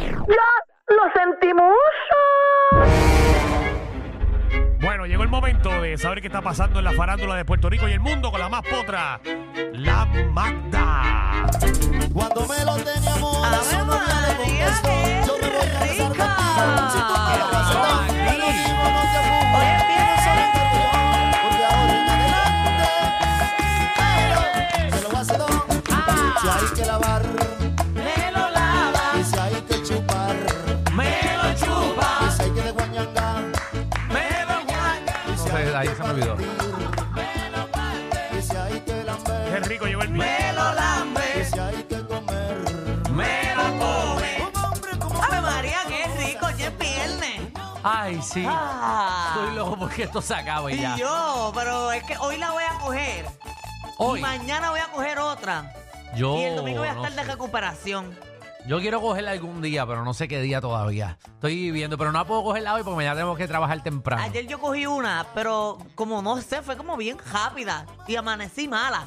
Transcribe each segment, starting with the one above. ¡Ya! ¡Lo sentimos! Bueno, llegó el momento de saber qué está pasando en la farándula de Puerto Rico y el mundo con la más potra, la Magda. Cuando me lo teníamos, eso no le contestó. Yo me voy a rico! casar contigo. Si Aquí. tú quieres casar, te lo digo, no te apures. Hoy es Yo soy el campeón, porque ahora en adelante, pero se lo voy a hacer todo. Ah. Si hay que lavar, Me lo lava, y si hay que chupar, me lo y chupa, si hay que desguañangar, me lo guarda. y si No sé, hay ahí que se me olvidó. partir, y si hay que Qué lamber, rico llegó el mío. Me lo y lambe, si hay que comer. me lo come. Un hombre como Ave María, qué rico, ya es viernes. Ay, sí. Estoy Ah, loco porque esto se acaba y ya. yo, pero es que hoy la voy a coger. Y Hoy, mañana voy a coger otra. yo. y el domingo voy a no estar de sé. recuperación. Yo quiero cogerla algún día, pero no sé qué día todavía. Estoy viendo, pero no la puedo cogerla hoy porque mañana tenemos que trabajar temprano. Ayer yo cogí una, pero como no sé, fue como bien rápida y amanecí mala.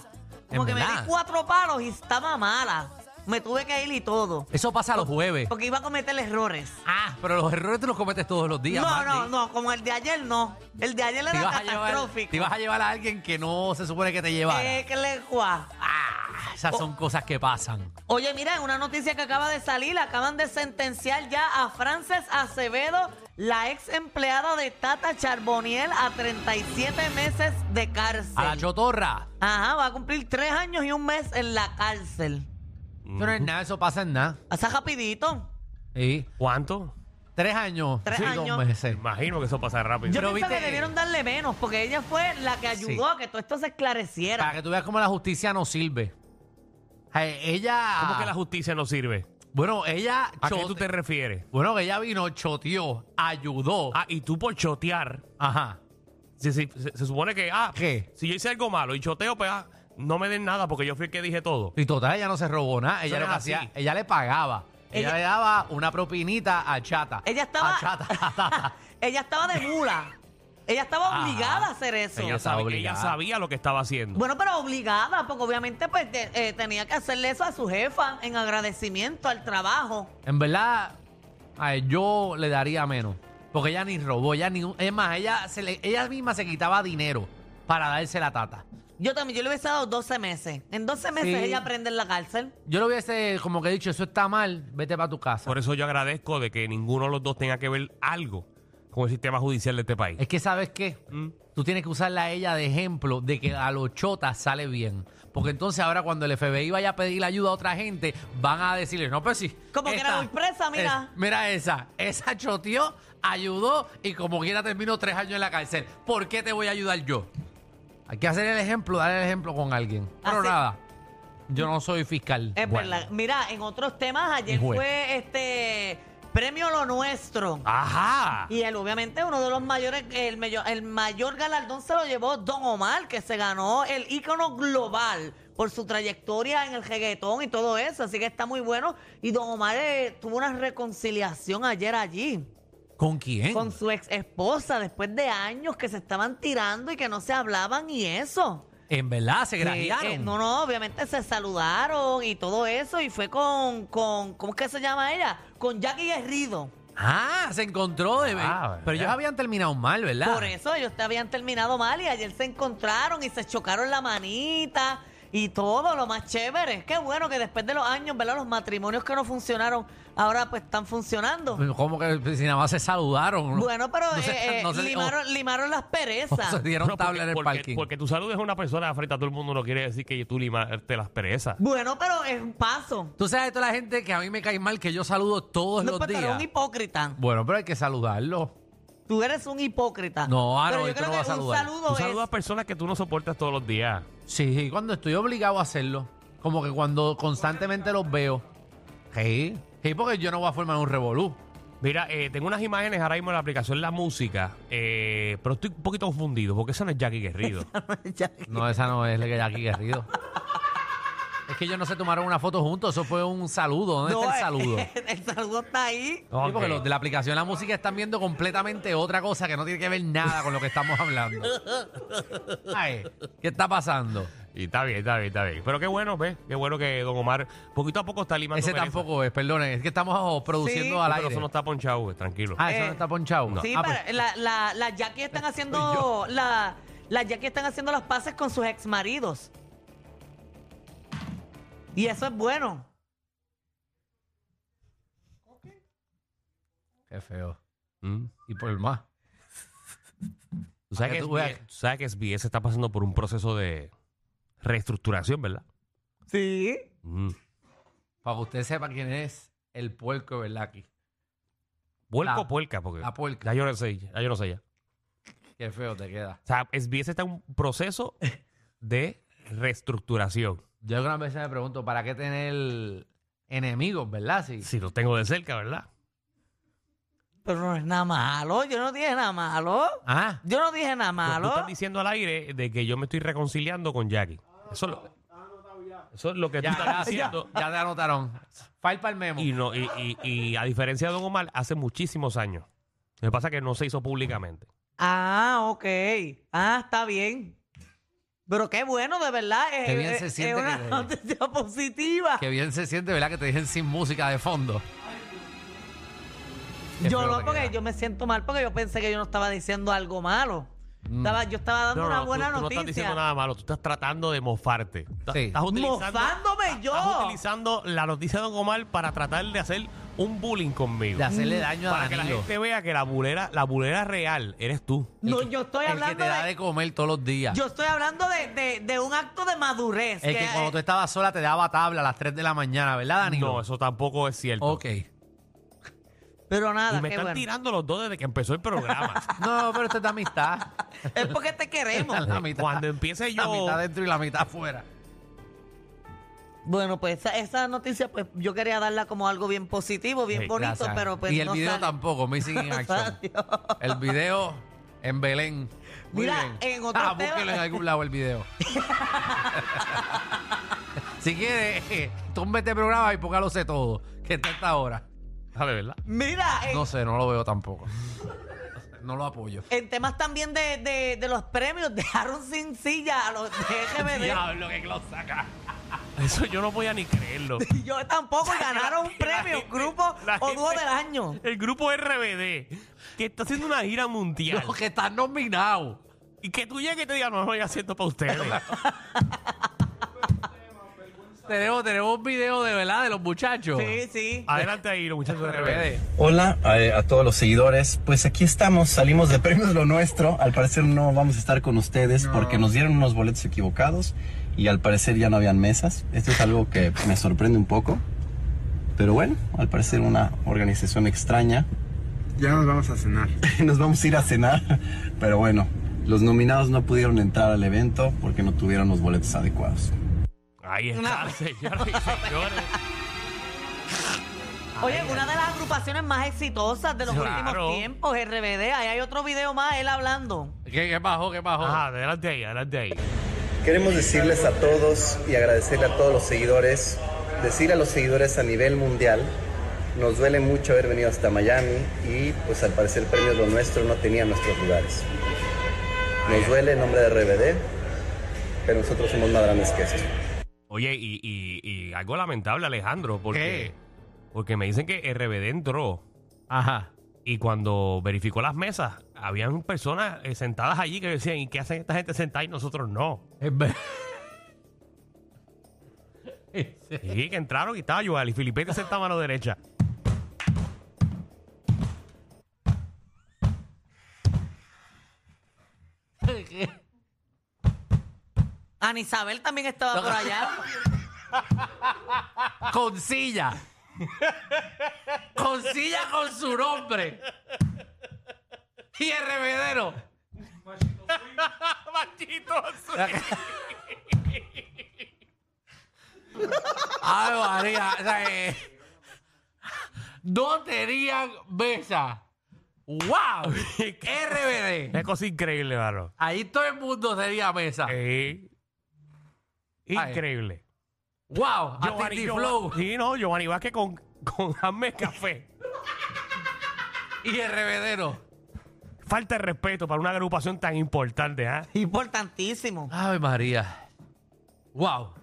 Como ¿En que me verdad? di cuatro palos y estaba mala. Me tuve que ir y todo. Eso pasa los jueves. Porque iba a cometer errores. Ah, pero los errores tú los cometes todos los días. No, Magdi. no, no, como el de ayer no. El de ayer Te era ibas, a llevar, catastrófico. te ibas a llevar a alguien que no se supone que te llevara. Eh, oh. que le jua. Ah, esas son cosas que pasan. Oye, mira, en una noticia que acaba de salir, acaban de sentenciar ya a Frances Acevedo, la ex empleada de Tata Charboniel, a 37 meses de cárcel. A la chotorra. Ajá, va a cumplir tres años y un mes en la cárcel. Eso no es nada, eso pasa en nada. O sea, rapidito. Y ¿Cuánto? tres años. Tres sí, años. Dos meses. Imagino que eso pasa rápido. Yo Pero pienso que viste- debieron darle menos, porque ella fue la que ayudó Sí. a que todo esto se esclareciera. Para que tú veas cómo la justicia no sirve. Eh, Ella. ¿Cómo que la justicia no sirve? Bueno, ella. ¿A qué cho- tú te refieres? Bueno, que ella vino, choteó, ayudó. Ah, y tú por chotear. Ajá. Si- si- se, se supone que, ah, ¿Qué? si yo hice algo malo y choteo, pues ah, no me den nada porque yo fui el que dije todo. Y total, ella no se robó nada. Ella Eso lo no es que así. hacía, ella le pagaba. Ella, Ella- le daba una propinita a Chata. Ella estaba. A Ah, Chata. Ah, a Tata. ella estaba de mula. Ella estaba Ajá. obligada a hacer eso. Ella, estaba sabe- ella obligada. sabía lo que estaba haciendo. Bueno, pero obligada, porque obviamente pues, te- eh, tenía que hacerle eso a su jefa en agradecimiento al trabajo. En verdad, a él yo le daría menos. Porque ella ni robó, ella ni. un- Es más, ella, se le- ella misma se quitaba dinero para darse la tata. Yo también, yo le hubiese dado 12 meses. En 12 meses Sí. ella aprende en la cárcel. Yo le hubiese como que dicho, eso está mal, vete para tu casa. Por eso yo agradezco de que ninguno de los dos tenga que ver algo con el sistema judicial de este país. Es que, ¿sabes qué? Mm. Tú tienes que usarla a ella de ejemplo de que a los chotas sale bien. Porque entonces ahora cuando el FBI vaya a pedir ayuda a otra gente, van a decirle, no, pues sí. Como que era muy presa, mira. es- mira esa. Esa choteó, ayudó y como quiera terminó tres años en la cárcel. ¿Por qué te voy a ayudar yo? Hay que hacer el ejemplo, dar el ejemplo con alguien. Pero Así- nada, yo no soy fiscal. Ah, Es Bueno. verdad. Mira, en otros temas, ayer Y juez. fue este premio Lo Nuestro. ¡Ajá! Y él, obviamente, uno de los mayores, el mayor, el mayor galardón se lo llevó Don Omar, que se ganó el ícono global por su trayectoria en el reggaetón y todo eso. Así que está muy bueno. Y Don Omar eh, tuvo una reconciliación ayer allí ¿Con quién? con su ex esposa después de años que se estaban tirando y que no se hablaban y eso. En verdad, se grajearon. Eh, eh, no, no, obviamente se saludaron y todo eso. Y fue con, con ¿cómo es que se llama ella? Con Jackie Guerrido. Ah, se encontró de Ah, Pero ¿verdad? ellos habían terminado mal, ¿verdad? Por eso ellos te habían terminado mal y ayer se encontraron y se chocaron la manita y todo lo más chévere. Qué bueno que después de los años, ¿verdad? Los matrimonios que no funcionaron ahora pues están funcionando. ¿Cómo que si nada más se saludaron? ¿no? Bueno, pero No se- eh, eh, no se- limaron, limaron las o- o perezas. se dieron No, tabla en el porque, parking. porque tú saludes a una persona frente a todo el mundo no quiere decir que tú limarte las perezas. Bueno, pero es un paso. Tú sabes toda la gente que a mí me cae mal, que yo saludo todos No, pues, pero los tú eres días. un hipócrita. Bueno, pero hay que saludarlo. Tú eres un hipócrita. No, ah, no, Pero yo y tú creo no vas que a un saludar. saludo Tú es... saludas a personas que tú no soportas todos los días. Sí, cuando estoy obligado a hacerlo. Como que cuando constantemente los veo. Sí. Sí, porque yo no voy a formar un revolú. Mira, eh, tengo unas imágenes ahora mismo en la aplicación La Música, eh, pero estoy un poquito confundido porque esa no es Jackie Guerrido. No, esa no es la que aquí Guerrido. es que ellos no se tomaron una foto juntos. Eso fue un saludo. ¿Dónde está el No, eh, saludo? el saludo está ahí. Sí, porque Ok. los de la aplicación la música están viendo completamente otra cosa que no tiene que ver nada con lo que estamos hablando. Ay, ¿Qué está pasando? Y está bien, está bien, está bien. Pero qué bueno, ¿ves? Qué bueno que Don Omar poquito a poco está limando Ese pereza. tampoco es, perdonen, es que estamos produciendo Sí. al Pero aire. eso no está ponchado, pues, tranquilo. Ah, eso Eh, no está ponchado. Sí, Ah, pero pues, la- la- las Jackie están haciendo la- las Jackie están haciendo las paces con sus exmaridos. Y eso es bueno. Qué feo. Mm. Y por más. ¿Tú, sabes Para que ah, que tú SBS veas. tú sabes que SBS está pasando por un proceso de reestructuración, ¿verdad? Sí. Mm. Para que usted sepa quién es el puerco, ¿verdad? Aquí. ¿Puerco La- o puerca? Porque La puerca. ya yo no sé, ya yo no sé ya. Qué feo te queda. O sea, SBS está en un proceso de reestructuración. Yo algunas veces me pregunto, ¿para qué tener enemigos, verdad? Si, Si lo tengo de cerca, ¿verdad? Pero no es nada malo. Yo no dije nada malo. Ah, Yo no dije nada Tú- Tú malo. estás diciendo al aire de que yo me estoy reconciliando con Jackie. Eso es lo, eso es lo que tú ya, estás ya, diciendo. ya te anotaron. File para el memo. Y, no, y, y- y a diferencia de Don Omar, hace muchísimos años. Lo que pasa es que no se hizo públicamente. Ah, ok. Ah, está bien. Pero qué bueno, de verdad. Es, Qué bien es- se es siente una que te- noticia positiva. Qué bien se siente, ¿verdad? Que te dejen sin música de fondo. qué yo feo no, te porque queda. yo me siento mal porque yo pensé que yo no estaba diciendo algo malo. Mm. Estaba, yo estaba dando una tú- buena tú, no noticia. estás diciendo nada malo, tú estás tratando de mofarte. Estás- Sí. Estás utilizando, Mofándome yo. estás utilizando la noticia de Don Omar para tratar de hacer un bullying conmigo. De Mm. hacerle daño a para que la Danilo. gente vea que la bulera, la bulera real eres tú. No, yo estoy El que hablando te da de, de comer todos los días. yo estoy hablando de, de- de un acto de madurez. el que que- cuando tú estabas sola te daba tabla a las 3 de la mañana, ¿verdad, Danilo? No, eso tampoco es cierto. Ok. Pero nada, Y me qué están bueno. tirando los dos desde que empezó el programa. No, pero esto es de amistad. Es porque te queremos. La mitad- Cuando empiece yo- La mitad dentro y la mitad afuera. bueno, pues esa, esa noticia, pues yo quería darla como algo bien positivo, bien Sí, bonito, Gracias. pero pues y el no video sale. tampoco, Missing in Action. el video en Belén. Muy Mira, bien. en otro ah, tema- búsquelo en algún lado el video. si quieres, eh, tumbe este programa y póngalo sé todo, que está hasta ahora. ¿Sabes, verdad? Mira, en, No sé, no lo veo tampoco. No lo apoyo. en temas también de, de- de los premios, dejaron sin silla a los de RBD. Diablo, que lo saca. Eso yo no podía ni creerlo. Y yo tampoco y ganaron un premio, gente- grupo la o dúo gente- del año. El grupo RBD, que está haciendo una gira mundial. Los que están nominados. Y que tú llegues y te digas, no, no, ya siento para ustedes. Tenemos, tenemos un video de verdad de los muchachos. Sí, sí. Adelante ahí, los muchachos de RBD. Hola eh, a, a todos los seguidores. Pues aquí estamos, salimos de Premios Lo Nuestro. Al parecer no vamos a estar con ustedes porque nos dieron unos boletos equivocados y al parecer ya no habían mesas. Esto es algo que me sorprende un poco. Pero bueno, al parecer una organización extraña. Ya nos vamos a cenar. Nos vamos a ir a cenar. Pero bueno, los nominados no pudieron entrar al evento porque no tuvieron los boletos adecuados. Ahí está, señoras y señores. Oye, una de las agrupaciones más exitosas de los Claro. últimos tiempos, RBD. Ahí hay otro video más, él hablando. ¿Qué, qué bajó? ¿Qué bajó? Ajá, adelante ahí, adelante ahí. Queremos decirles a todos y agradecerle a todos los seguidores, decir a los seguidores a nivel mundial, nos duele mucho haber venido hasta Miami y pues al parecer premios lo nuestro no tenía nuestros lugares. Nos duele en nombre de RBD, pero nosotros somos más grandes que esto. Oye, y, y- y algo lamentable, Alejandro, porque, porque me dicen que RBD entró Ajá. y cuando verificó las mesas, habían personas eh, sentadas allí que decían, ¿y qué hacen esta gente sentada y nosotros no? En vez- Y que entraron y estaba Joel y Filipete sentado a mano derecha. Ana Isabel también estaba por allá. con silla. con silla con su nombre. Y el revedero. Machito, Ay, María. o sea, eh, no tenían mesa. ¡Wow! RBD. Es cosa increíble, mano. Ahí todo el mundo tenía mesa. Eh, increíble. ¡Wow! A Titi Flow Giovanni- Sí, no, Giovanni Vázquez con, con Hazme Café. y el revedero. Falta de respeto para una agrupación tan importante, ¿ah? Importantísimo. Ay, María. Wow.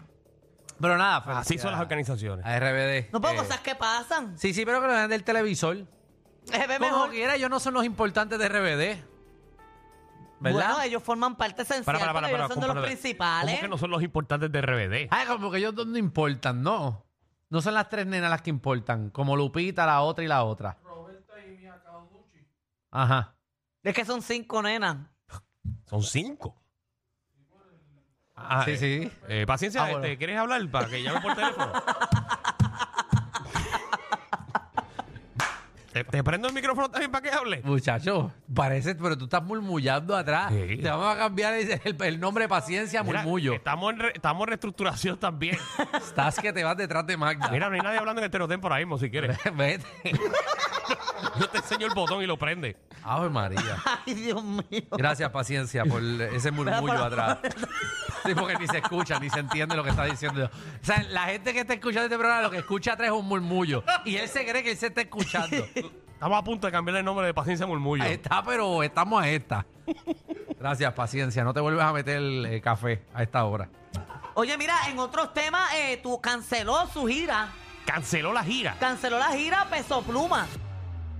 Pero nada, Así son las felicidades organizaciones. a RBD. No puedo, Eh, cosas que pasan. Sí, sí, pero que lo vean del televisor. Se ve Como mejor. quiera, ellos no son los importantes de RBD. ¿Verdad? Bueno, ellos forman parte esencial, Para, para, para, pero para, ellos son de los compárate. principales. ¿Cómo que no son los importantes de RBD? Ay, Ah, como que ellos dos no importan, no. No son las tres nenas las que importan, como Lupita, la otra y la otra. Ajá. Es que son cinco nenas. Son cinco. Ah, sí, eh, sí. eh, paciencia, Ah, bueno. este, ¿quieres hablar para que llame por teléfono? ¿Te, te prendo el micrófono también para que hable? Muchacho, parece, pero tú estás murmullando atrás. Sí. Te vamos a cambiar el, el- el nombre de paciencia, a Mira, murmullo. Estamos en, re- estamos en reestructuración también. Estás que te vas detrás de Magda. Mira, no hay nadie hablando en heterotempo ahora mismo, si quieres. Vete. Yo te enseño el botón y lo prende. Ave María. Ay, Dios mío. Gracias, paciencia, por ese murmullo atrás. Sí, porque ni se escucha, ni se entiende lo que está diciendo. O sea, la gente que está escuchando este programa, lo que escucha atrás es un murmullo. Y él se cree que él se está escuchando. Estamos a punto de cambiarle el nombre de Paciencia a Murmullo. Ahí Está, pero estamos a esta. Gracias, paciencia. No te vuelves a meter eh, café a esta hora. Oye, mira, en otros temas, eh, tú canceló su gira. Canceló la gira. Canceló la gira Peso Pluma.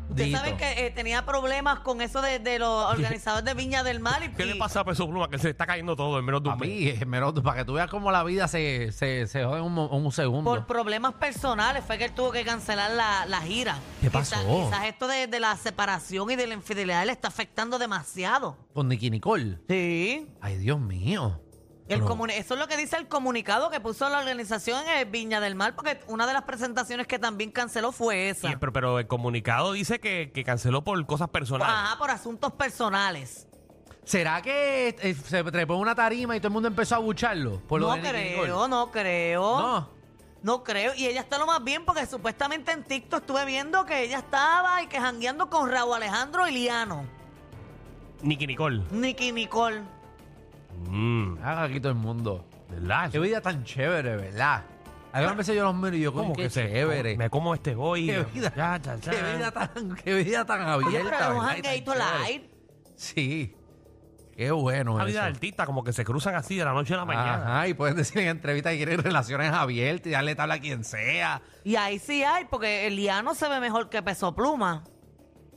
Ustedes Dito. saben que eh, tenía problemas con eso de, de los organizadores de Viña del Mar. Y, ¿Qué le pasa a Peso Pluma? Que se está cayendo todo en menos de A un mes. mí, eh, menos- para que tú veas cómo la vida se, se, se jode en un, mo- en un segundo. Por problemas personales fue que él tuvo que cancelar la, la gira. ¿Qué Quizá- pasó? Quizás esto de, de la separación y de la infidelidad le está afectando demasiado. Con Nicky Nicole. Sí. Ay, Dios mío. El Pero- comuni- eso es lo que dice el comunicado que puso la organización eh, Viña del Mar, porque una de las presentaciones que también canceló fue esa. Y- pero, pero el comunicado dice que, que canceló por cosas personales. Ah. Ajá, por asuntos personales. ¿Será que eh, se trepó en una tarima y todo el mundo empezó a bucharlo? Por lo No de Nicki creo, Nicole? no creo. No. No creo. Y ella está lo más bien porque supuestamente en TikTok estuve viendo que ella estaba y que jangueando con Raúl Alejandro y Liano. Nicky Nicole. Nicky Nicole. Mm, Haga aquí todo el mundo. ¿Verdad? Qué vida tan chévere, ¿verdad? Algunas veces yo los miro y yo, ¿Cómo como que chévere. Me como este hoy. Qué vida, Ya, ya, ya. qué vida tan, qué vida tan abierta. Oye, pero era un ¿verdad? Y tan jangueito chévere. light. Sí. Qué bueno Una vida de eso. artista, como que se cruzan así de la noche a la mañana. Ajá, y pueden decir en entrevista que quieren relaciones abiertas y darle tabla a quien sea. Y ahí sí hay, porque el Liano se ve mejor que Peso Pluma.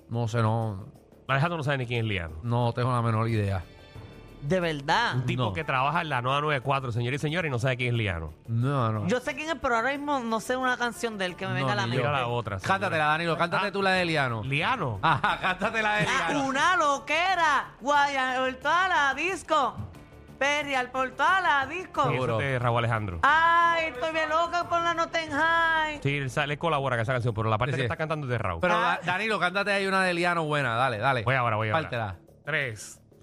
No sé, no, Alejandro no sabe ni quién es Liano. no tengo la menor idea. De verdad. Un tipo No. que trabaja en la 994, señores y señores, y no sabe quién es Liano. No, no. Yo sé quién es, pero ahora mismo no sé una canción de él que me No, venga a la ni yo. mente. Mira la otra. señora. cántatela, Danilo, cántate Ah. tú la de Eliano. Liano. Ajá, cántate la de Ah, Eliano. una loquera. Guayar por toda la disco. Perrial por toda la disco. Y eso Seguro. es de Raúl Alejandro. Ay, estoy bien loca por la nota en high. Sí, él, sale- él colabora con esa canción, pero la parte Sí, que sí. está cantando es de Raúl. Pero Da- Danilo, cántate ahí una de Eliano buena, dale, dale. voy ahora, voy ahora. Pártela. Tres,